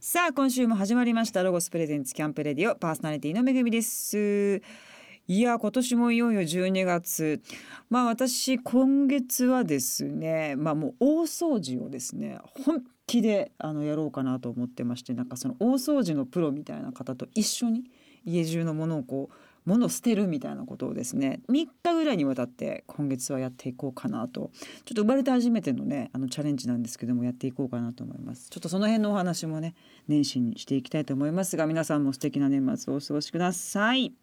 さあ今週も始まりましたロゴスプレゼンツキャンプレディオパーソナリティのめぐみですいや今年もいよいよ12月まあ私今月はですねまあもう大掃除をですね本気であのやろうかなと思ってましてなんかその大掃除のプロみたいな方と一緒に家中のものをこう物を捨てるみたいなことをですね3日ぐらいにわたって今月はやっていこうかなとちょっと生まれて初めてのねあのチャレンジなんですけどもやっていこうかなと思いますちょっとその辺のお話もね年始にしていきたいと思いますが皆さんも素敵な年末をお過ごしください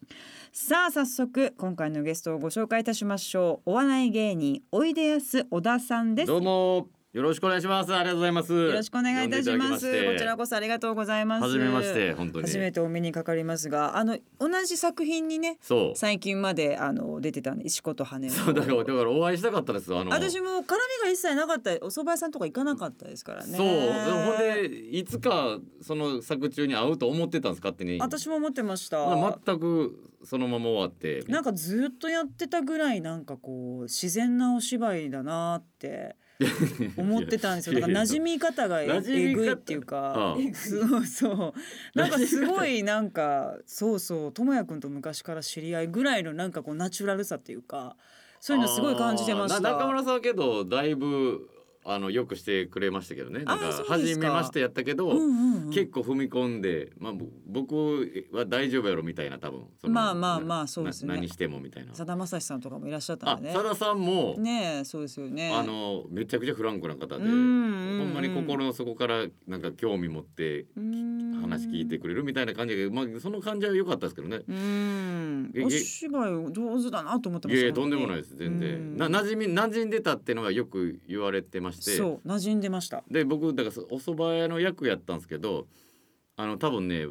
さあ早速今回のゲストをご紹介いたしましょうお笑い芸人おいでやす小田さんですどうもよろしくお願いします。ありがとうございます。よろしくお願いいたします呼んでいただきましてこちらこそありがとうございます初めまして本当に。初めてお目にかかりますがあの同じ作品にねそう。最近まであの出てたんで石子と羽のそう だからだからお会いしたかったです。あの。私も絡みが一切なかったお蕎麦屋さんとか行かなかったですからねそう。でもほんでいつかその作中に会うと思ってたんです勝手に。私も思ってました、まあ全くそのまま終わって。なんかずっとやってたぐらいなんかこう自然なお芝居だなっ て思ってたんですよ。なんか馴染み方がえ馴染み方ぐいっていうかあ、あ そうそう。なんかすごいなんかそうそう智也くんと昔から知り合いぐらいのなんかこうナチュラルさっていうか、そういうのすごい感じてましあーた。な中村さんはけどだいぶあのよくしてくれましたけどね。なあんーかそうです初かめましてやったけど。うんうんうん結構踏み込んで、まあ、ぼ僕は大丈夫やろみたいな多分そのまあまあなまあそうですねな何してもみたいなさだまさしさんとかもいらっしゃったあんでねさ。ださんも、ねえそうですよね。あのめちゃくちゃフランクな方で、うんうんうんほんまに心の底からなんか興味持って話話聞いてくれるみたいな感じで、まあその感じは良かったですけどね。うんえ。お芝居上手だなと思っています。やいやとんでもないです全うん然。な馴染み馴染んでたっていうのがよく言われてまして、そう馴染んでました。で僕だからそお蕎麦屋の役やったんですけど、あの多分ね。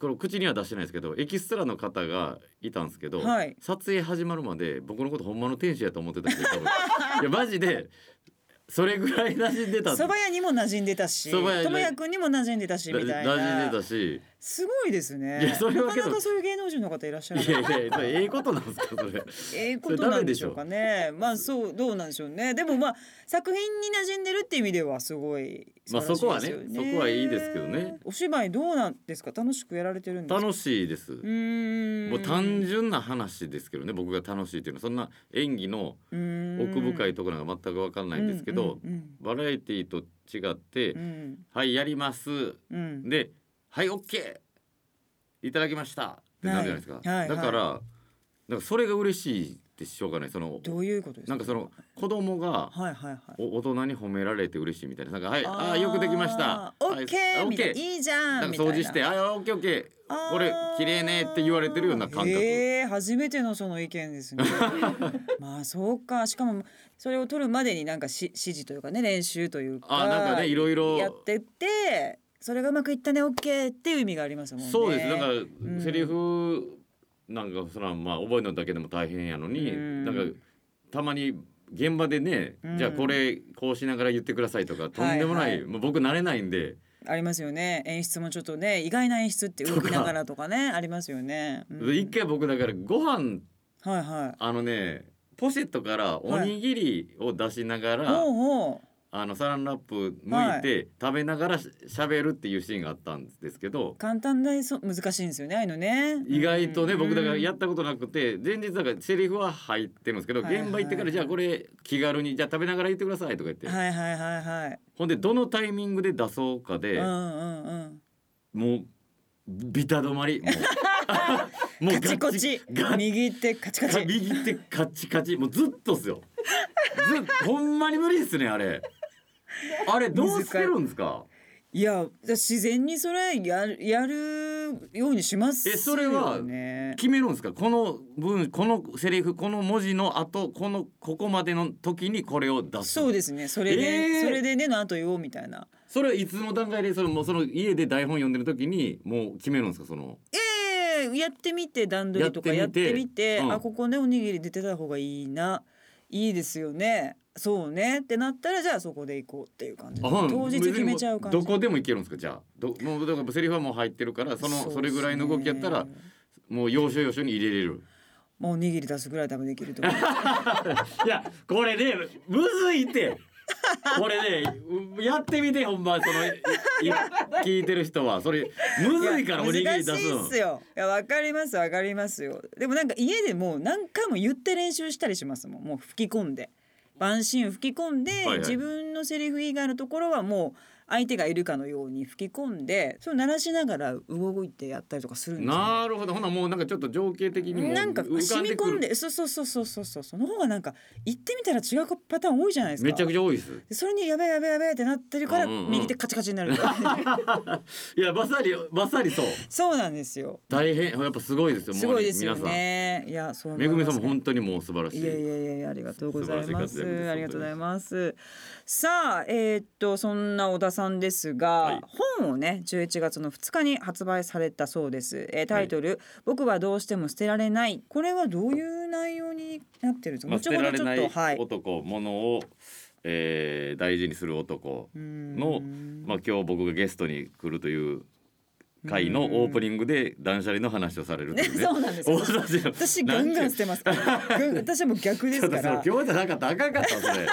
これ口には出してないですけどエキストラの方がいたんですけど、はい撮影始まるまで僕のことほんまの天使やと思ってたんですよ多分いやマジでそれぐらい馴染んでたんです蕎麦屋にも馴染んでたし、蕎智麦屋に也くんにも馴染んでたしみたいな。馴染んでたしすごいですね。いやそれはけなどかなかそういう芸能人の方いらっしゃらいない。やいやいやそれええことなんですかそれ。ええことなんでしょうかね。まあそうどうなんでしょうね。でもまあ作品に馴染んでるって意味ではすごい素晴らしいですよ、まあそこはねそこはいいですけどね。お芝居どうなんですか。楽しくやられてるんですか。楽しいです。うーん。もう単純な話ですけどね僕が楽しいというのはそんな演技の奥深いところなんか全く分かんないんですけうんうんど、バラエティーと違って「うんはいやりますうんうん」で「はい OK いただきました」ってなるじゃないですか、はいはいだから、だからそれが嬉しいでしょうがないそのどういうことですかなんかその子供がはいはいはいお大人に褒められて嬉しいみたいななんか「はいああーよくできました」オッケはいあーみたいな OK いいじゃなんんみかたいな掃除して「あオッケーオッケーこれあー綺麗ね」って言われてるような感覚、えー初めてのその意見です ねまあそうかしかもそれを取るまでになんかし指示というかね練習というかあなんかねいろいろやってってそれがうまくいったねオッケーっていう意味がありますもんねそうですだから、んセリフなんかそらまあ覚えるのだけでも大変やのに、うんなんかたまに現場でね、うんじゃあこれこうしながら言ってくださいとかとんでもない、はいはいもう僕慣れないんでありますよね演出もちょっとね意外な演出って動きながらとかねありますよね、うんで一、回僕だからご飯はいはいあのねポシェットからおにぎりを出しながら、ほうほあのサランラップ剥いて食べながらししゃべるっていうシーンがあったんですけどう、簡単でそ難しいんですよねああいうのね意外とね、うん僕だからやったことなくて前日だからセリフは入ってるんですけど、はいはい現場行ってからじゃあこれ気軽にじゃあ食べながら言ってくださいとか言って、はいはいはいはい、ほんでどのタイミングで出そうかで、うんうんうんもうビタ止まりもうも カチコチガチ右手カチカガチチ右手カチカチもうずっとっすよずほんまに無理ですねあれあれどうしてるんですかいや自然にそれやるやるようにしますよ、ね、えそれは決めるんですかこの文このセリフこの文字の後このここまでの時にこれを出すそうですねそれで、えーそれでねの後言おうみたいなそれはいつの段階でそのもうその家で台本読んでる時にもう決めるんですかそのえー、やってみて段取りとかややっっててみみててうんあここねおにぎり出てた方がいいないいですよねそうねってなったらじゃあそこで行こうっていう感じであ当日決めちゃう感じどこでもいけるんですかじゃあどもうだからセリフはもう入ってるからそのうそれぐらいの動きやったらですねもう要所要所に入れれ るまあおにぎり出すぐらい多分できると思ういやこれねむずいってこれねうやってみてほんまそのいい聞いてる人はそれむずいからおにぎり出す難しいのっすよいやわかりますわかりますよでもなんか家でもう何回も言って練習したりしますもんもう吹き込んで晩シーン吹き込んで、いはい自分のセリフ以外のところはもう相手がいるかのように吹き込んでそれを鳴らしながら動いてやったりとかするんですよね、なるほどほなもうなんかちょっと情景的にもなんか浮か染んみでく込んるでそうそうそうそうそうそうその方がなんか行ってみたら違うパターン多いじゃないですかめちゃくちゃ多いですそれにやべえやべえやべえってなってるからうんうんうん右手カチカチになる いやまさにまさ にそうそうなんですよ大変やっぱすごいですよすごいですよもうねねいやそう皆さんめぐみさんも本本当にもう素晴らしいいやいやいやいやありがとうございま素晴らしい活躍ですすありがとうございますさあえーっとそんな小田さんですが、はい本をね11月の2日に発売されたそうです、えータイトル、僕はどうしても捨てられないこれはどういう内容になってるんですかまあ、後捨ほてどられちょなっといはい男、物を、えー大事にする男の、のまあ、今日僕がゲストに来るという回のオープニングで断捨離の話をされるというね。 そうなんですよ私 私ガンガン捨てますからぐん私はもう逆ですかちょっらとそれ今日じゃなかったらあかんかったそれ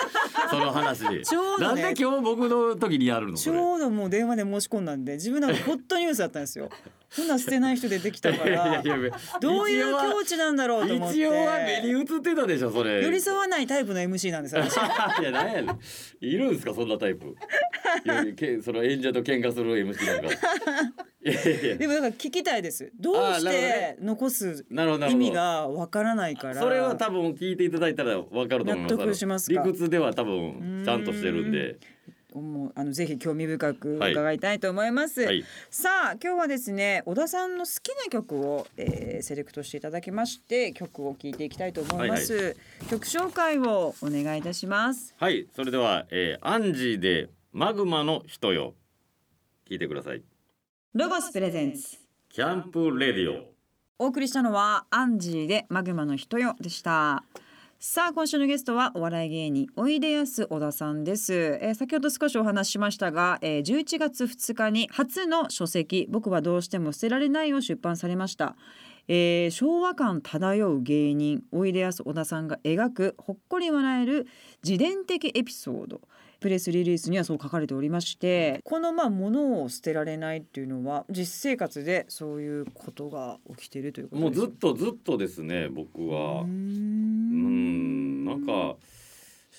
その話ちょうなどんでね今日僕の時にやるのちそれょうどもう電話で申し込んだんで自分なんかホットニュースだったんですよそんなん捨てない人出てきたかいやらいやいや どういう境地なんだろうと思って一応は目に映ってたでしょそれ寄り添わないタイプの MC なんですよ私 いやなんやねんいるんですかそんなタイプいやけその演者と喧嘩する MC なんかいやいやいやでもだから聞きたいですどうあーしなるほどてね残すなるほどな意る味ほどがわからないからそれは多分聞いていただいたらわかると思います納得しますかあの理屈では多分ちゃんとしてるんでもうあのぜひ興味深く伺いたいと思います、はいさあ今日はですね小田さんの好きな曲を、えーセレクトしていただきまして曲を聴いていきたいと思います、曲紹介をお願いいたしますはいそれでは、えーアンジーでマグマの人よ聞いてくださいロゴスプレゼンツキャンプレディオお送りしたのはアンジーでマグマの人よでしたさあ今週のゲストはお笑い芸人おいでやす小田さんです、えー先ほど少しお話ししましたが、えー11月2日に初の書籍僕はどうしても捨てられないを出版されました、えー昭和感漂う芸人おいでやす小田さんが描くほっこり笑える自伝的エピソードプレスリリースにはそう書かれておりましてこのまあ物を捨てられないっていうのは実生活でそういうことが起きているということもうずっととずっとですね僕はうーんなんか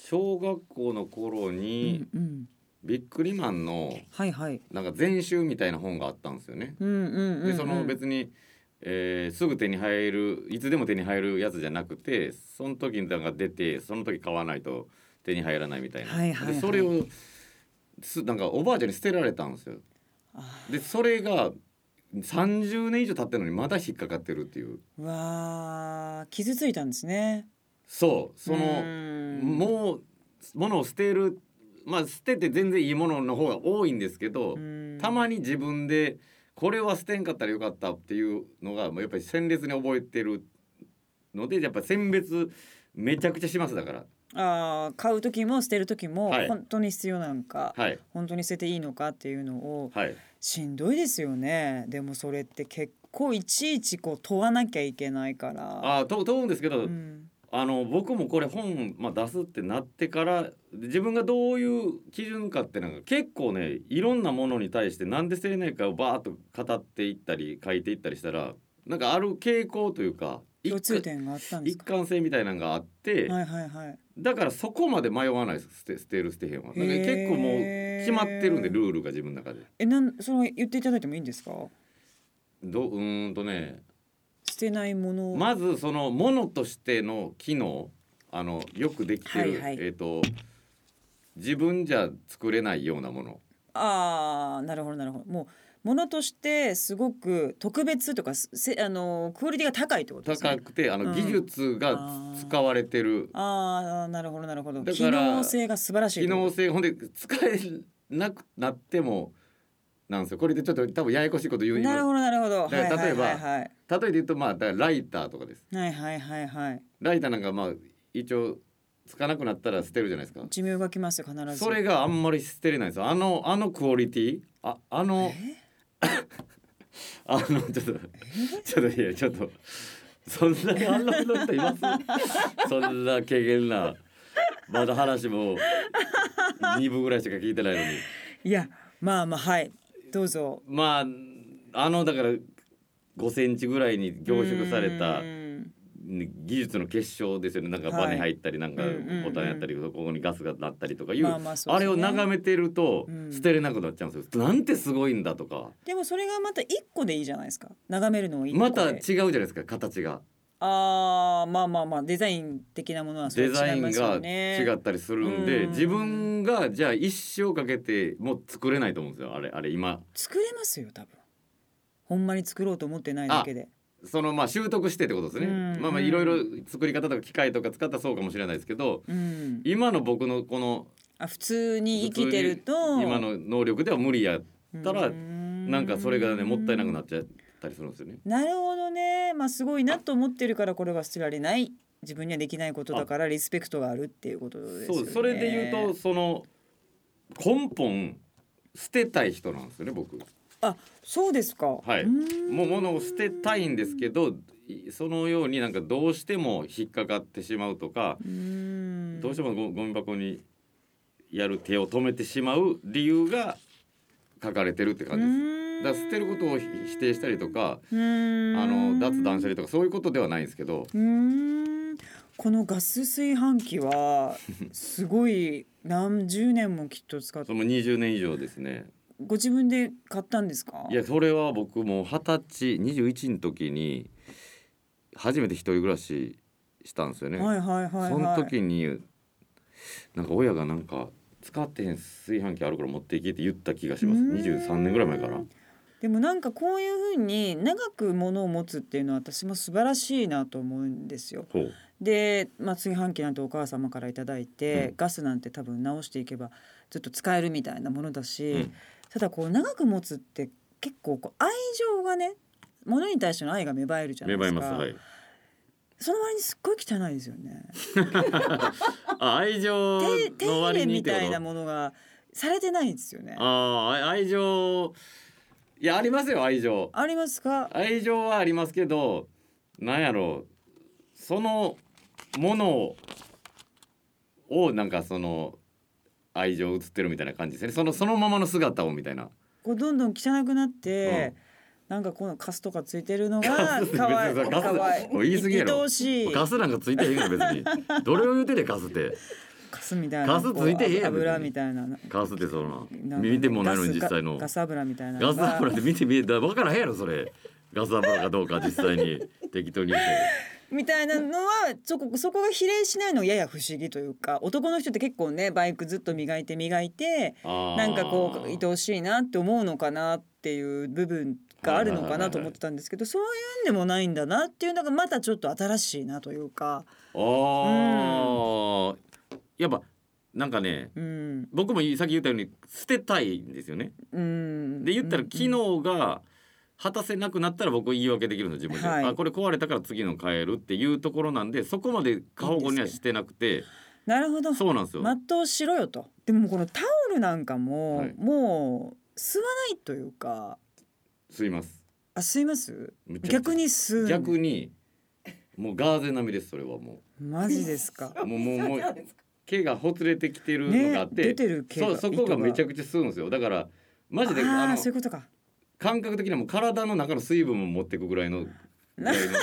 小学校の頃にうんうんビックリマンのはいはい。なんか全集みたいな本があったんですよね。うんうんうん、うん。でその別に、えーすぐ手に入るいつでも手に入るやつじゃなくてその時になんか出てその時買わないと手に入らないみたいな、はいはいはいでそれをすなんかおばあちゃんに捨てられたんですよ。あでそれが30年以上経ってるのにまだ引っかかってるっていううわあ傷ついたんですね。そうその。ももう物を捨てるまあ捨てて全然いいものの方が多いんですけど、たまに自分でこれは捨てんかったらよかったっていうのがまあやっぱり鮮烈に覚えてるのでやっぱ選別めちゃくちゃしますだからあー買う時も捨てる時もはい本当に必要なんか、はい本当に捨てていいのかっていうのをはいしんどいですよね。でもそれって結構いちいちこう問わなきゃいけないから。あーとと思うんですけうど、ん、あの僕もこれ本、まあ、出すってなってから自分がどういう基準かってなんか結構ねいろんなものに対してなんで捨てれないかをバーッと語っていったり書いていったりしたらなんかある傾向というか一共通貫点があったんです一か。貫性みたいなのがあって、はいはいはい。だからそこまで迷わないです捨て捨てる捨てへんは。なんか結構もうへー決まってるんでルールが自分の中で。えなんそれ言っていただいてもいいんですか。どうーんとね捨てないもの。まずそのものとしての機能あのよくできてる、はいはいえっ、と自分じゃ作れないようなものああなるほどなるほどもうものとしてすごく特別とかすせあのクオリティが高いってことですね高くてあうのん技術があー使われてるああなるほどなるほどだ機から能性が素晴らしい機能性ほんで使えなくなってもなんですよこれでちょっと多分ややこしいこと言うなるほどなるほどだから例えばはいはい例えて言うとまあだからライターとかですはいはいはいはいはいライターなんかまあ一応つかなくなったら捨てるじゃないですか寿命がきますよ必ずそれがあんまり捨てれないんですよあのあのクオリティああのえ あのちょっとちょっといやちょっとそんなあんな人いますそんな軽減なまだ話も2部ぐらいしか聞いてないのにいやまあまあはいどうぞまああのだから5センチぐらいに凝縮されたうん技術の結晶ですよねなんかバネ入ったりなんかうんうんうんボタンやったりここにガスが鳴ったりとかいう,、まあまあそうあでれすをね眺めてるとうん捨てれなくなっちゃうんですよ。なんてすごいんだとかでもそれがまた一個でいいじゃないですか眺めるのを一個でまた違うじゃないですか形があーまあまあまあデザイン的なものはそれデ違ザイいンますよがね違ったりするんうでん自分がじゃあ一生かけてもう作れないと思うんですよあれあれ今作れますよ多分ほんまに作ろうと思ってないだけでそのまあ習得してってことですね、うんまあまあいろいろ作り方とか機械とか使ったらそうかもしれないですけどうん今の僕のこのあ普通に生きてると今の能力では無理やたらななんかそれがねもったいなくなっっちゃったりするんですよね。なるほどねまあすごいなと思ってるからこれは捨てられない自分にはできないことだからリスペクトがあるっていうことですよねそうそれで言うとその根本捨てたい人なんですよね僕。あそうですかはいもう物を捨てたいんですけどいそのようになんかどうしても引っかかってしまうとか、どうしてももゴゴミ箱にやる手を止めてしまう理由が書かれてるって感じです。だから捨てることをひ否定したりとかああの脱断捨離離とかそういうことではないんですけどうーんこのガス炊飯器はすごい何十年もきっと使ってその20年以上ですねご自分で買ったんですかいやそれは僕もう二十歳21の時に初めて一人暮らししたんですよね、はいはいはいはいその時になんか親がなんか使ってへん炊飯器あるから持っていけって言った気がしますうーん23年ぐらい前からでもなんかこういうふうに長く物を持つっていうのは私も素晴らしいなと思うんですよ。ほうで、まあ、炊飯器なんてお母様からいただいて、うんガスなんて多分直していけばずっと使えるみたいなものだし、うんただこう長く持つって結構こう愛情がね物に対しての愛が芽生えるじゃな芽いで生えすかますはいその割にすっごい汚いですよね。あ愛情手手の入れ割にっみてたいこなとものがされてないんですよね。ああーあ愛情いやありますよ愛情りますか愛情はありますけどなんやろうそのものををなんかその愛情映ってるみたいな感じですねそのそのままの姿をみたいなこうどんどん汚くなって、なんかこのカスとかついてるのがスかわいい別にかカスわいもう言い過ぎやろ愛おしいガスなんかついてへんよ別にどれを言うてねガスってカスみたいなガスついてへんやんこう油別にみたいななガスってそのなんか見てもないのにガス実際のガス油みたいなガのスが油って見て見えた分からへんやろそれガス油かどうか実際に適当に言うみたいなのはそこそこが比例しないのがやや不思議というか男の人って結構ねバイクずっと磨いて磨いててもなんかこう愛おしいなって思うのかなっていう部分があるのかなと思ってたんですけどそういうんでもないんだなっていうのがまたちょっと新しいなというか、ああ、やっぱなんかねうん僕もさっき言ったように捨てたいんですよね。うん、で言ったらうん機能が果たせなくなったら僕言い訳できるんですよ自分で、はいあこれ壊れたから次の変えるっていうところなんでそこまで過保護にはしてなくてなるほどそうなんですよ。全うしろよとでもこのタオルなんかも、はいもう吸わないというか吸います。あ吸いますむちゃくちゃ逆に吸う逆にもうガーゼ並みですそれはもマジですかうもうもうもう毛がほつれてきてるのがあねって、出てる毛そがうそこがめちゃくちくちゃ吸うんですよだからマジでああーのそういうことか感覚的にはもう体の中の水分も持ってくぐらいのぐならいの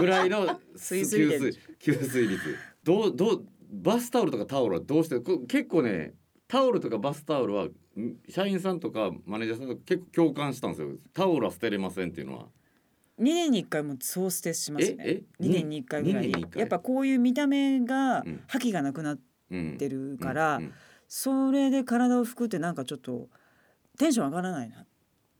ぐらいの水水吸水源吸水率どうどうバスタオルとかタオルはどうしてこ結構ねタオルとかバスタオルはん社員さんとかマネージャーさんとか結構共感したんですよタオルは捨てれませんっていうのは二年に一回もそう捨てしますえねえ。二年に一回ぐらい二年に一。回やっぱこういう見た目がうん覇気がなくなっうんてるから、うんうんそれで体を拭くってなんかちょっとテンション上がらないなっ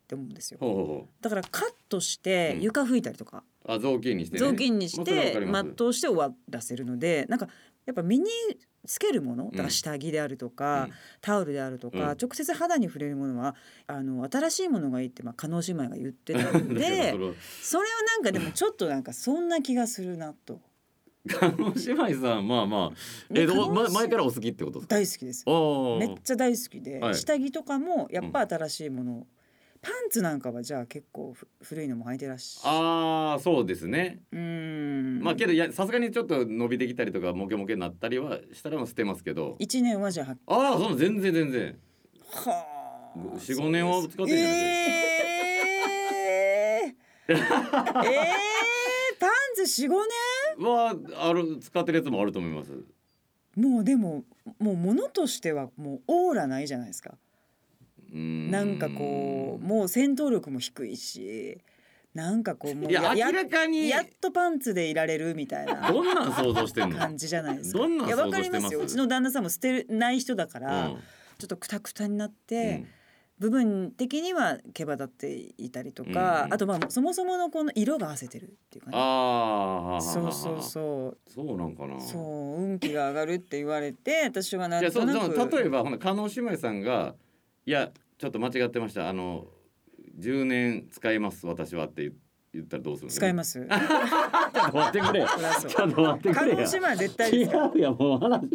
て思うんですよ。ほうほうほだからカットしてうん床拭いたりとか、うあ雑巾にして、ね、雑巾にしまあそれはわてかります全うして終わらせるので、なんかやっぱ身につけるもの、だかうらん下着であるとか、うんタオルであるとか、うん直接肌に触れるものはあの新しいものがいいってまあ加納姉妹が言ってたのだからでそ。のそれはなんかでもちょっとなんかそんな気がするなと加納姉妹さんまあまあえねどう叶姉ま妹前からお好きってことですか大好きですあーめっちゃ大好きで、はい下着とかもやっぱ新しいもの、パンツなんかはじゃあ結構ふ古いのも履いてらっしゃああそうですね、うーんまあけどいやさすがにちょっと伸びてきたりとかモケモケになったりはしたらもう捨てますけど一年はじゃあああその全然全然ははあ四五年は使ってるんえじゃないえー、えー、パンツ四五はある使ってるやつもあると思います年もうでももう物としてはもうオーラないじゃないですかうーんなんかこうもう戦闘力も低いしなんかこうもういやや明らかにやっとパンツでいられるみたいなどんなん想像してんの、感じじゃないですか。どんないんやわか想像りしてまますすようちの旦那さんも捨てない人だかうら、んちょっとくたくたになっうて、ん部分的には毛羽立っていたりとか、うんあとまあそもそものこの色が合わせてるっていうかね。ああそうそうそうそうなんかなそう運気が上がるって言われて私はなんじゃあそとうなそくう例えばほな加納姉妹さんが「いやちょっと間違ってましたあの10年使います私は」って言言ったらどうするの使います。ちょっと待ってくれ そりゃそうちょっと待ってカくノれ姉や妹は絶対違ですから。うやんもう話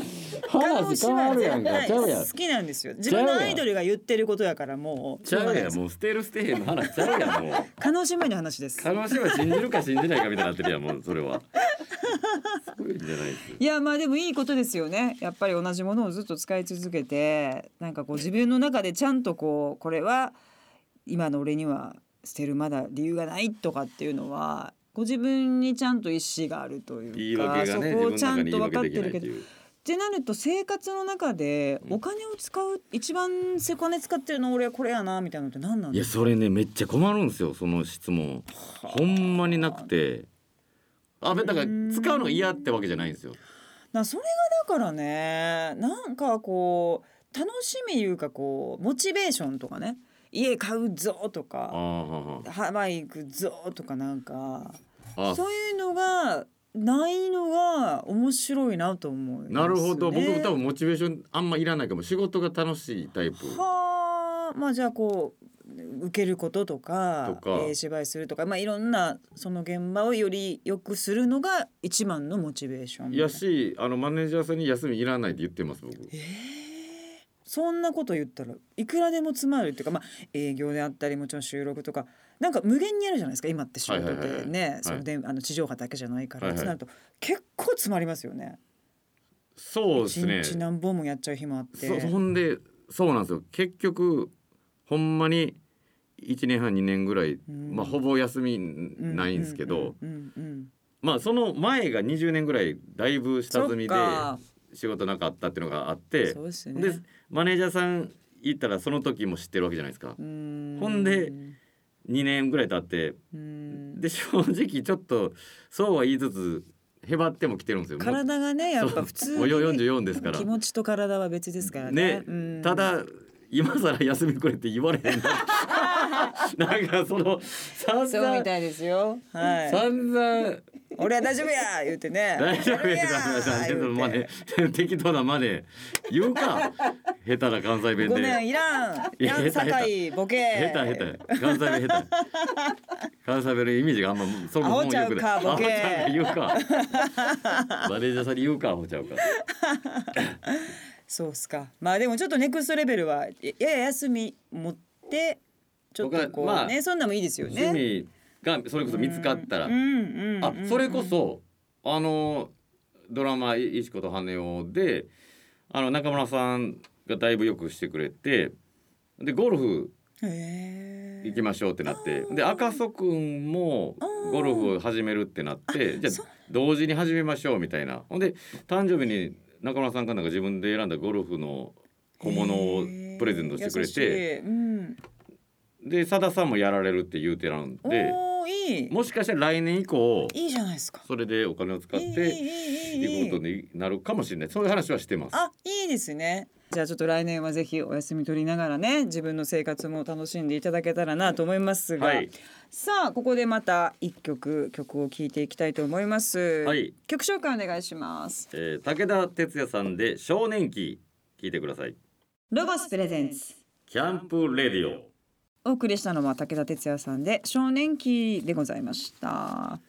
話変わるやんカノか姉ちゃ妹はう絶や対ん好きなんですよ。自分のアイドルが言ってることやからもう。ちゃうやんしょもう捨てる捨てへんの話ちゃうやんもううがないですカノ姉妹の話です。加納姉妹信じるか信じないかみたいになってるやんもうそれはそういうんじゃないですいやまあでもいいことですよねやっぱり同じものをずっと使い続けてなんかこう自分の中でちゃんとこうこれは今の俺には捨てるまだ理由がないとかっていうのはご自分にちゃんと意思があると言いいうか訳がねそこをち自ゃ分の中んとに言分いかってるけ訳できないどってっいうてなると生活の中でうんお金を使う一番お金使ってるの俺はこれやなみたいなのって何なんいでやすそれねめっちゃ困るんですよその質問かほんまになくてあだからうん使うの嫌ってわけじゃないんですよなそれがだからねなんかこう楽しみいうかこうモチベーションとかね家買うぞとあかーハワイ行くぞとかなんかあそういうのがないのが面白いなと思う、なるほど僕も多分モチベーションあんまいらないかも仕事が楽しいタイプはあまあじゃあこう受けることとかとかえー芝居するとか、まあ、いろんなその現場をより良くするのが一番のモチベーションみたいやなしあのマネージャーさんに休みいらないって言ってます僕えーそんなこと言ったらいくらでも詰まるっていうか、まあ、営業であったりもちろん収録とかなんか無限にあるじゃないですか今って仕事はいはいではいね、いそのであの地上波だけじゃないから、はいはいとなると結構詰まりますよね。そうです一、ね日何本もやっちゃう日もあってそほんでそうなんですよ結局ほんまに1年半2年ぐらい、んまあほぼ休みうんないんですけど、うんうんうんまあその前が20年ぐらいだいぶ下積そっみでか仕事なかったっていうのがあっうんてそうですでねマネージャーさん行ったらその時も知ってるわけじゃないですかうーほんで2年ぐらい経ってうーんで正直ちょっとそうは言いつつへばっても来てるんですよもう体がねやっそぱう普通もうに44ですから気持ちと体は別ですからねねうんただ今更休みくれって言われ へんななんかその散そうみ々たいですよはい散々俺は大丈夫や言うてね大丈夫や大丈夫やちょっと言マうてネ適当なマネ言うか下手な関西弁ごでめんいらんいらいんや下手下手酒井ボケ下手下手関西弁下手関西弁のイメージがあんまそアホちゃうかもうボケ良くないアホちゃうか言うかマネージャーさんに言うかアホちゃうかそうっすかまあでもちょっとネクストレベルはやや休み持ってちょっとこうね、僕はまあそんなんもいいですよね趣味がそれこそ見つかったらうんうんうんあうんそれこそあのドラマ「い石子と羽男で」あの中村さんがだいぶよくしてくれてでゴルフへえ行きましょうってなってで赤楚くんもゴルフ始めるってなってじゃそうあ同時に始めましょうみたいなほんで誕生日に中村さんがなんか自分で選んだゴルフの小物をプレゼントしてくれてへえ優しいうん、でさださんもやられるって言うてなんでおーいいもしかしたら来年以降いいじゃないですかそれでお金を使っいいて。いいいいいいいうことになるかもしれない。そういう話はしてます。あいいですねじゃあちょっと来年はぜひお休み取りながらね自分の生活も楽しんでいただけたらなと思いますが、はいさあここでまた一曲曲を聴いていきたいと思います、はい曲紹介お願いしますえー、武田鉄矢さんで少年期聞いてください。ロゴスプレゼンツキャンプレディオ。お送りしたのは武田哲也さんで少年期でございました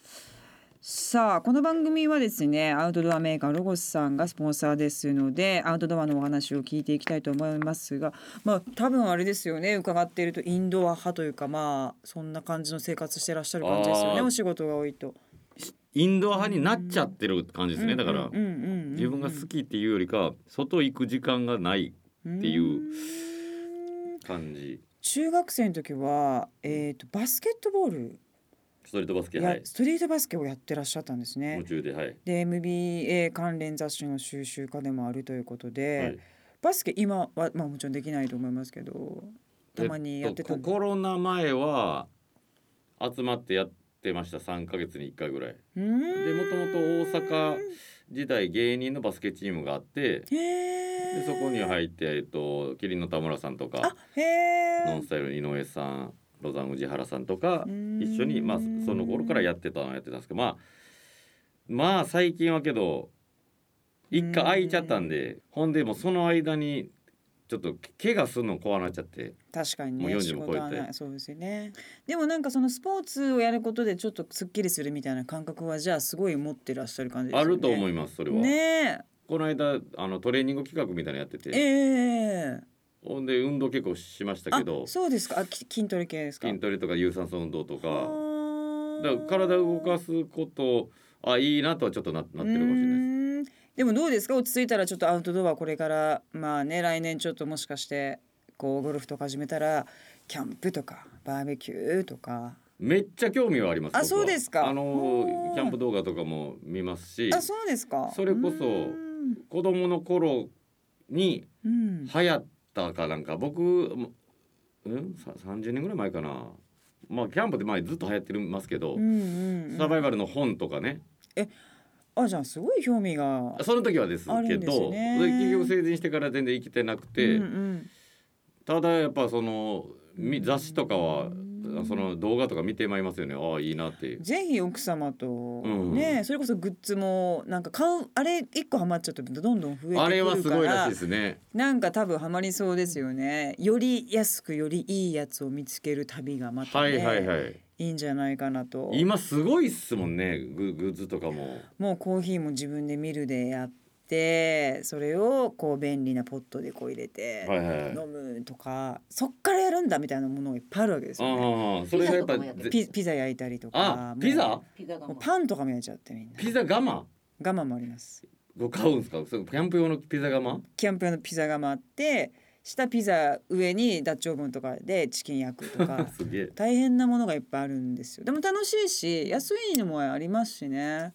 さあこの番組はですねアウトドアメーカーロゴスさんがスポンサーですのでアウトドアのお話を聞いていきたいと思いますがまあ多分あれですよね伺っているとインドア派というかまあそんな感じの生活してらっしゃる感じですよねあーお仕事が多いと。インドア派になっちゃってる感じですねだから自自分が好きっていうよりか外行く時間がないっていううーん感じ中学生の時は、えー、とバスケットボールストリートバスケや、はいストリートバスケをやってらっしゃったんですね夢。中ではい、で MBA 関連雑誌の収集家でもあるということで、はいバスケ今は、まあ、もちろんできないと思いますけどたまにやってたえんっでとコロナ前は集まってやってました3ヶ月に1回ぐらいででもともと大阪時代芸人のバスケチームがあってへーでそこに入って、えっと、麒麟の田村さんとかあへノえンスタイルの井上さんロザン宇治原さんとかうーん一緒に、まあ、その頃からやってたのはやってたんですけどまあまあ最近はけど一回空いちゃったんでほんでもうその間にちょっと怪我するの怖なっちゃって確かにねもう40仕事はも超えてないそうですよねでもなんかそのスポーツをやることでちょっとすっきりするみたいな感覚はじゃあすごい持ってらっしゃる感じですあよねると思いいますそれは。ねこの間あのトレーニング企画みたいなのやってええてほんで運動結構しましえたけどあそうですかあき筋トレ系ですか筋トレとか有酸素運動とかだからだ体を動かすことあいいなとはちょっとななってるかもしれないです。うーんでもどうですか落ち着いたらちょっとアウトドアこれからまあね来年ちょっともしかしてこうゴルフとか始めたらキャンプとかバーベキューとかめっちゃ興味はあります。あ僕はそうですかあおのーキャンプ動画とかも見ますし、あそうですかそれこそうーん子供の頃にうん流行ったかなんか僕もうんさ30年ぐらい前かな。まあキャンプって前ずっと流行ってますけどうん、うんうんサバイバルの本とかね、あじゃあすごい興味がその時はですあるけんですどよねで結局成人してから全然生きてなくて、うんうんただやっぱそのみ雑誌とかはうんその動画とか見てまいりますよねああいいなっていうぜひ奥様とんね、それこそグッズもなんか買うあれ一個ハマっちゃったけどどんどん増えてくるからあれはすごいらしいですねなんか多分ハマりそうですよね。より安くよりいいやつを見つける旅がまた、はねいいはいはいいんじゃないかなと。今すごいっすもんねググッズとかももうコーヒーも自分でミルでやってそれをこう便利なポットでこう入れてはいはいはい飲むとか、そっからやるんだみたいなものがいっぱいあるわけですよね。ああそれがやっぱピザとかもやってぜピピザ焼いたりとかあもうピザピザがももうパンとかも焼いちゃってみんなピザ釜我慢もあります。こう買うんですかそうキャンプ用のピザ釜キャンプ用のピザ窯あって下ピザ上にダッチオーブンとかでチキン焼くとかすげえ大変なものがいっぱいあるんですよでも楽しいし安いのもありますしね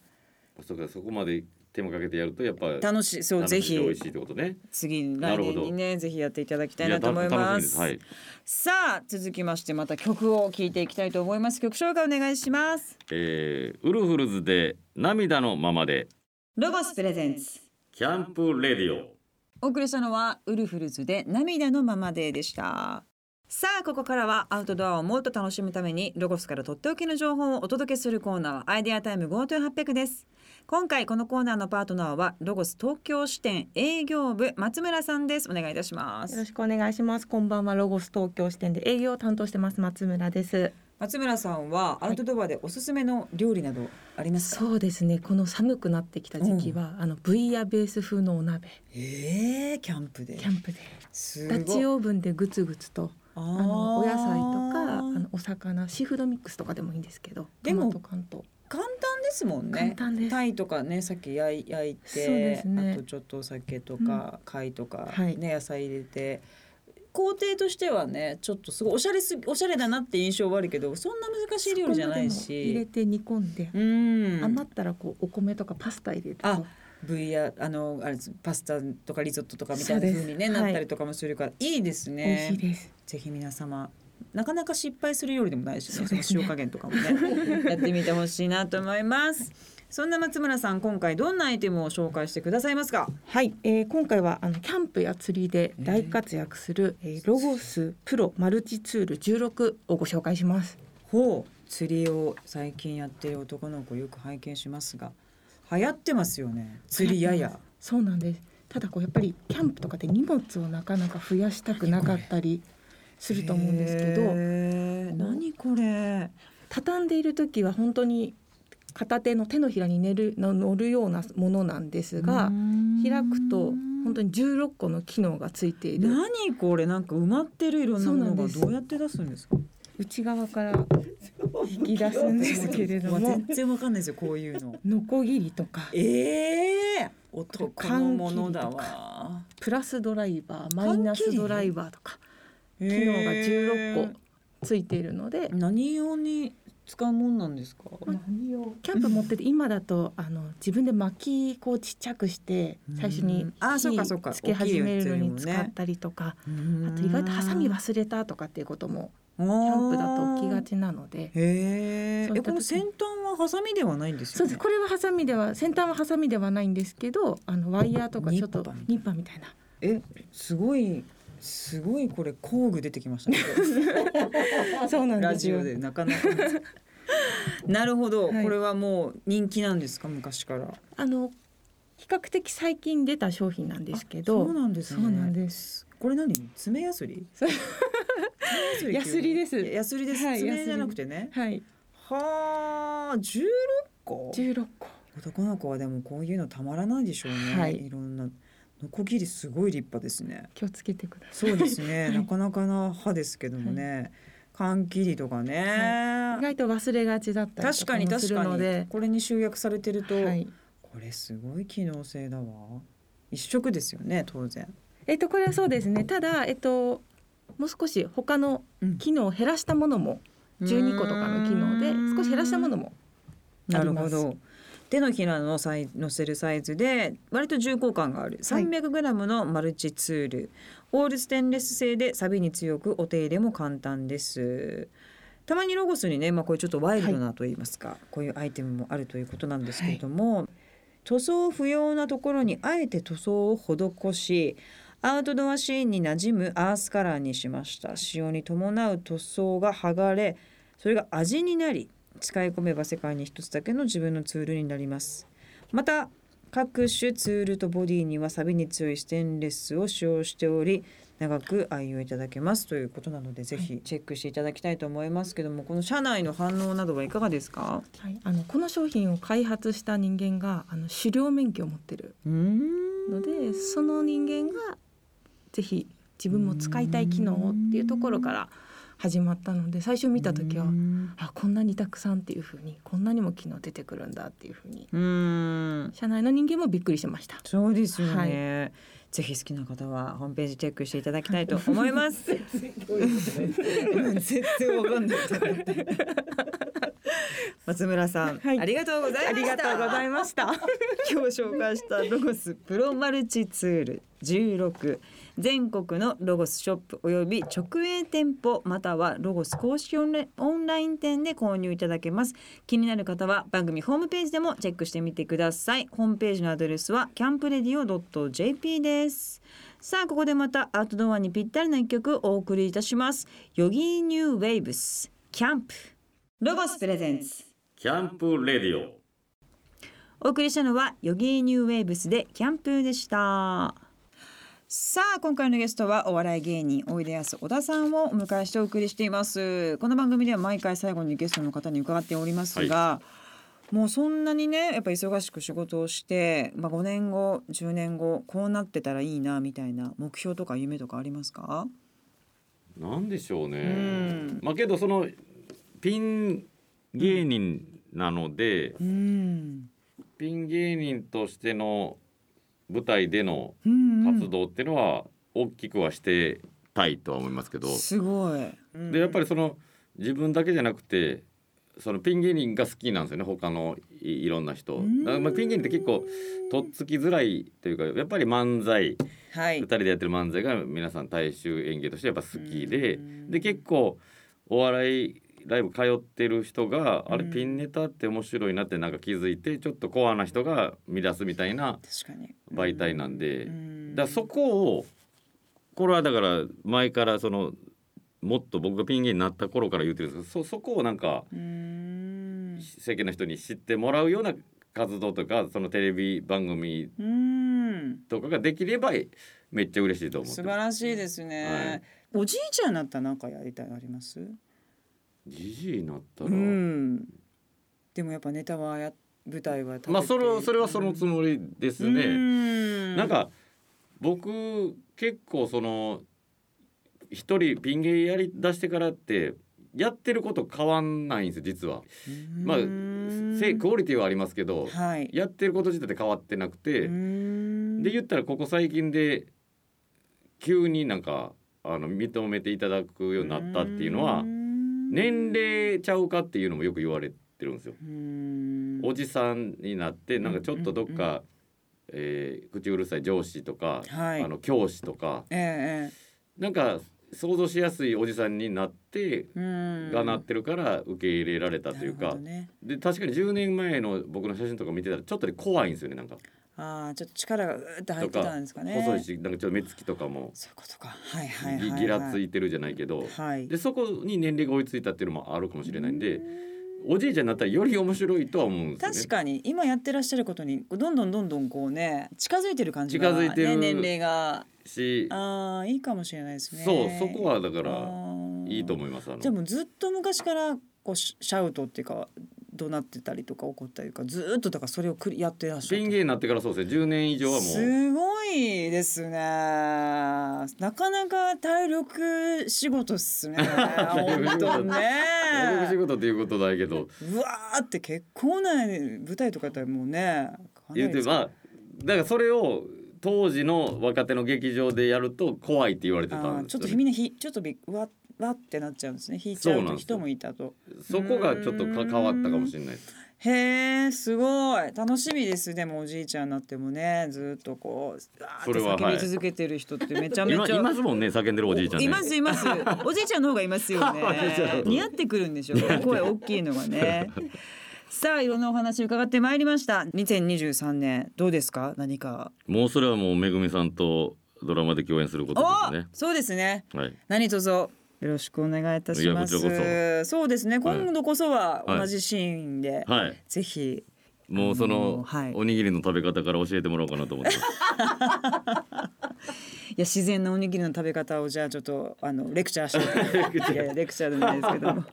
そうかそこまで手もかけてやるとやっぱ楽しいそう楽しぜいし美ひ味しいってことね次な来るほ年どにねぜひやっていただきたいいなやとた思い楽しまみすですはいさあ続きましてまた曲を聴いていきたいと思います曲紹介お願いしますえーウルフルズで涙のままでロゴスプレゼンツキャンプレディオお送りしたのはウルフルズで涙のままででしたさあここからはアウトドアをもっと楽しむためにロゴスからとっておきの情報をお届けするコーナーアイデアタイム GoTo800 です今回このコーナーのパートナーはロゴス東京支店営業部松村さんですお願いいたしまよろすしくお願いします。こんばんは、ロゴス東京支店で営業を担当してます松村です。松村さんはアウトドアでおすすめの料理などありますか、そうですね。この寒くなってきた時期は、あのブイヤベース風のお鍋、えー、キャンプでキャンプで、すダッチオーブンでぐつぐつと、ああのお野菜とか、あのお魚、シーフードミックスとかでもいいんですけど、でもトマト缶と簡単ですもんね簡単です。タイとかねさっき焼い焼いそうでて、すねあとちょっとお酒とか、貝とか、はいね野菜入れて工程としてはねちょっとすごいおしゃれすぎおしゃれだなって印象はあるけどそんな難しい料理じゃないそこまでも入れして煮込んで、うん余ったらこうお米とかパスタ入れて、あブイヤあのあれですパスタとかリゾットとかみたいなそうです風にねはいなったりとかもするから、い、いです美味しねいです。ぜひ皆様なかなか失敗する料理でもないし、そね、うそのですね塩加減とかもねやってみてほしいなと思い ますそんな松村さん今回どんなアイテムを紹介してくださいますかはい、えー今回はあのキャンプや釣りで大活躍する、えーロゴスプロマルチツール16をご紹介します。ほう釣りを最近やってる男の子よく拝見しますが流行ってますよね釣りや やそうなんです。ただこうやっぱりキャンプとかで荷物をなかなか増やしたくなかったりすると思うんですけど、へー何これ畳んでいる時は本当に片手の手のひらに寝るの乗るようなものなんですが開くと本当にに16個の機能がついている何これなんか埋まってるいろんなものそうなんがですどうやって出すんですか内側から引き出すん ですけれどうわも全然わかんないですよこういうのノコギリとかええ男のものだわプラスドライバーマイナスドライバーとか機機能が16個ついているので、何用に使うもんなんですか、キャンプ持ってて今だとあの自分で薪こうちっちゃくして最初にうんあーそうかそうかつけ始めるのに大きいやつよ使りもねったりとか、ああと意外とハサミ忘れたとかっていうこともキキャャンプだと起きがちなので。へーそうえいった時この先端はハサミではないんですそようねですこれはハサミでは先端はハサミではないんですけどあのワイヤーとかちょっとニッパーみたいなえすごいすごいこれ工具出てきましたねそうなんラですジよオでなか なかなるほど、はいこれはもう人気なんですか昔からあの比較的最近出た商品なんですけあどそうなんですねそうなんですこれ何爪やすり そう爪ヤスリですいやヤスリです、はい爪じゃなくてねはいはあ16個16個男の子はでもこういうのたまらないでしょうね、、はいいろんなノコギリすごい立派ですね気をつけてくださいそうですね、 はいなかなかな歯ですけどもね、缶切りとかね、意外と忘れがちだったり確とかかにも確するかのにでこれに集約されてると、はいこれすごい機能性だわ一色ですよね当然えっとこれはそうですねただえっともう少し他の機能を減らしたものも12個とかの機能で少し減らしたものもなるほありど手のひらのサイ乗せるサイズで割と重厚感があるはい 300g のマルチツール、オールステンレス製で錆に強くお手入れも簡単ですたまにロゴスにね、まあ、こういうちょっとワイルドなと言いますか、こういうアイテムもあるということなんですけれども、塗装不要なところにあえて塗装を施しアウトドアシーンに馴染むアースカラーにしました使用に伴う塗装が剥がれそれが味になり使い込めば世界に一つだけの自分のツールになりますまた各種ツールとボディには錆に強いステンレスを使用しており長く愛用いただけますということなのでぜひチェックしていただきたいと思いますけどもこの社内の反応などはいかがですかはい、あのこの商品を開発した人間があの狩猟免許を持ってるうーんのでその人間がぜひ自分も使いたい機能をっていうところから始まったので最初見た時はうーんあこんなにたくさんっていうふうにこんなにも機能出てくるんだっていうふうにうーん社内の人間もびっくりしました。そうですよね、ぜひ好きな方はホームページチェックしていただきたいと思います。絶対わかんないと思って。松村さん、はいありがとうございました。いました。今日紹介したロゴスプロマルチツール16全国のロゴスショップおよび直営店舗またはロゴス公式オンラインオンライン店で購入いただけます気になる方は番組ホームページでもチェックしてみてくださいホームページのアドレスはキャンプレディオ .jp ですさあここでまたアウトドアにぴったりな一曲お送りいたしますヨギーニューウェイブスキャンプロゴスプレゼンツキャンプレディオお送りしたのはヨギーニューウェーブスでキャンプーでしたさあ今回のゲストはお笑い芸人おいでやす小田さんをお迎えしてお送りしていますこの番組では毎回最後にゲストの方に伺っておりますが、もうそんなにねやっぱ忙しく仕事をして、まあ、5年後10年後こうなってたらいいなみたいな目標とか夢とかありますかなんでしょうね、うんまあけどそのピン芸人なので、うんピン芸人としての舞台でのうんうん活動っていうのは大きくはしてたいとは思いますけど、すごいでやっぱりりその自分だけじゃなくてそのピン芸人が好きなんですよね他のいいろんな人んだからまあピン芸人って結構とっつきづらいというかやっぱり漫才はい2人でやってる漫才が皆さん大衆演芸としてやっぱ好きでうんで結構お笑いライブ通ってる人があれうんピンネタって面白いなってなんか気づいてちょっとコアな人が見出すみたいな確かに媒体なんでうんだからそこをこれはだから前からそのもっと僕がピン芸になった頃から言ってるんですけどそそこをなんかうん世間の人に知ってもらうような活動とかそのテレビ番組うんとかができればめっちゃ嬉しいと思っ素て晴ますらしいですね、おじいちゃんになったらなんかやりたいのありますじじいになったら、うんでもやっぱネタはや舞台は立ててまあそれそれはそのつもりですね。ねなんか僕結構その一人ピン芸やりだしてからってやってること変わんないんですよ実は。まあせクオリティはありますけど、はいやってること自体で変わってなくて、でで言ったらここ最近で急になんかあの認めていただくようになったっていうのは年齢ちゃうかっていうのもよく言われてるんですよ。おじさんになってなんかちょっとどっか、うんうんえー口うるさい上司とか、はいあの教師とかええなんか想像しやすいおじさんになってええうんがなってるから受け入れられたといなるうか、ほどねで確かに10年前の僕の写真とか見てたらちょっとね怖いんですよねなんかああちょっと力がうーって入ってたんですかね細いしなんかちょっと目つきとかもそういうことかはいはいはい、ぎはい、ぎらついてるじゃないけど、はいでそこに年齢が追いついたっていうのもあるかもしれないんでうおじいちゃんになったらより面白いとは思うんですよね。確かに今やってらっしゃることにどんどんどんどんこうね近づいてる感じが、近づいてるね、年齢がしああいいかもしれないですねそうそこはだかだらいいと思います。あのじゃあもうずっと昔からこうシシャウトっていうか怒鳴ってたりとか怒ったりとかずーっとだからそれをくりやってらっしゃピるン芸になってからそうですね10年以上はもうすごいですねなかなか体力仕事っす ね本当大学仕ね事っていうことだけどうわーって結構な舞台とかだったらもうねかなり言うてばだからそれを当時の若手の劇場でやると怖いって言われてたあーんでちすょっとよ、みね、んなひちょっとびわわってなっちゃうんですね引いちゃそううなとんですよ人もいたとそこがちょっとか変わったかもしれないですへえすごい楽しみですでもおじいちゃんになってもねずっとこうわーそってれは叫はびい続けてる人ってめちゃめ今ちゃいますもんね叫んでるおじいちゃんねいますいます。 おじいちゃんの方がいますよおじいちゃんのね方。似合ってくるんでしょう。声大きいのが ね。さあいろんなお話伺ってまいりました。2023年どうですか何か。もうそれはもうめぐみさんとドラマで共演するこおとですねそうですね。はい何卒よろしくお願いいたします。いやこちらそうですね今度こそははい同じシーンで、はいぜひもうそあののはいおにぎりの食べ方から教えてもらおうかなと思ってますいや自然なおにぎりの食べ方をじゃあちょっとあのレクチャーしていやレクチャーでもないですけど も。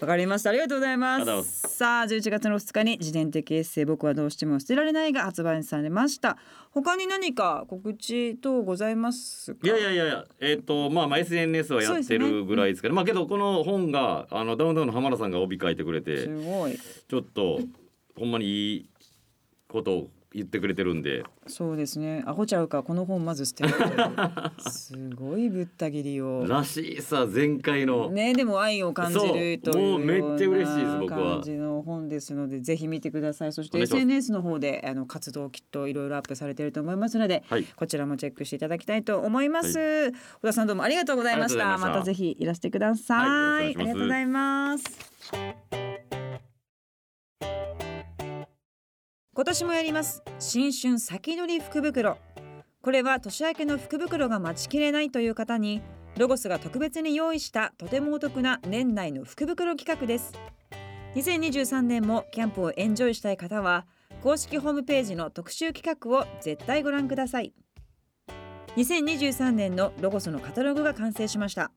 わかりましたありがとうございまありがとうございますさあ11月の2日に自伝的エッセイ僕はどうしても捨てられないが発売されました他に何か告知等ございますかいやいやいやいやえっ、とまあまあ SNS はやってるぐらいですけどまあけどこの本があのダウンタウンの浜田さんが帯書いてくれてすごいちょっとほんまにいいことを言ってくれてるんでそうですねアホちゃうかこの本まず捨てると いうすごいぶった切りをらしいさ全開の、ねでも愛を感じるそうというようなもうめっちゃ嬉しいです僕は感じの本ですのでぜひ見てくださいそしてお願いします SNS の方であの活動をきっといろいろアップされていると思いますので、はいこちらもチェックしていただきたいと思います、小田さんどうもありがとうございましたありがとうございましたたぜひいらしてください、はいよろしあくお願いしますりがとうございます今年もやります新春先取り福袋これは年明けの福袋が待ちきれないという方にロゴスが特別に用意したとてもお得な年内の福袋企画です2023年もキャンプをエンジョイしたい方は公式ホームページの特集企画を絶対ご覧ください2023年のロゴスのカタログが完成しました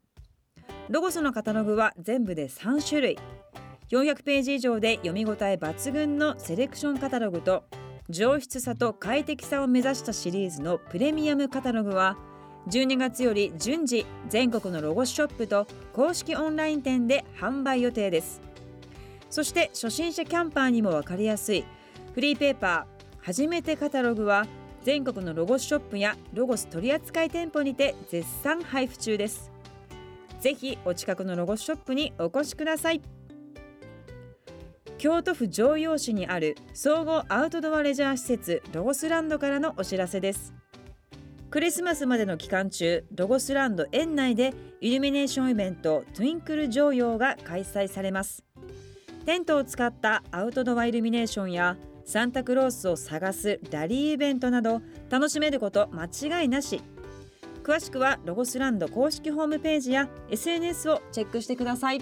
ロゴスのカタログは全部で3種類400ページ以上で読み応え抜群のセレクションカタログと上質さと快適さを目指したシリーズのプレミアムカタログは12月より順次全国のロゴスショップと公式オンライン店で販売予定ですそして初心者キャンパーにも分かりやすいフリーペーパー初めてカタログは全国のロゴスショップやロゴス取扱店舗にて絶賛配布中ですぜひお近くのロゴスショップにお越しください京都府城陽市にある総合アウトドアレジャー施設ロゴスランドからのお知らせですクリスマスまでの期間中ロゴスランド園内でイルミネーションイベントトゥインクル城陽が開催されますテントを使ったアウトドアイルミネーションやサンタクロースを探すラリーイベントなど楽しめること間違いなし詳しくはロゴスランド公式ホームページや SNS をチェックしてください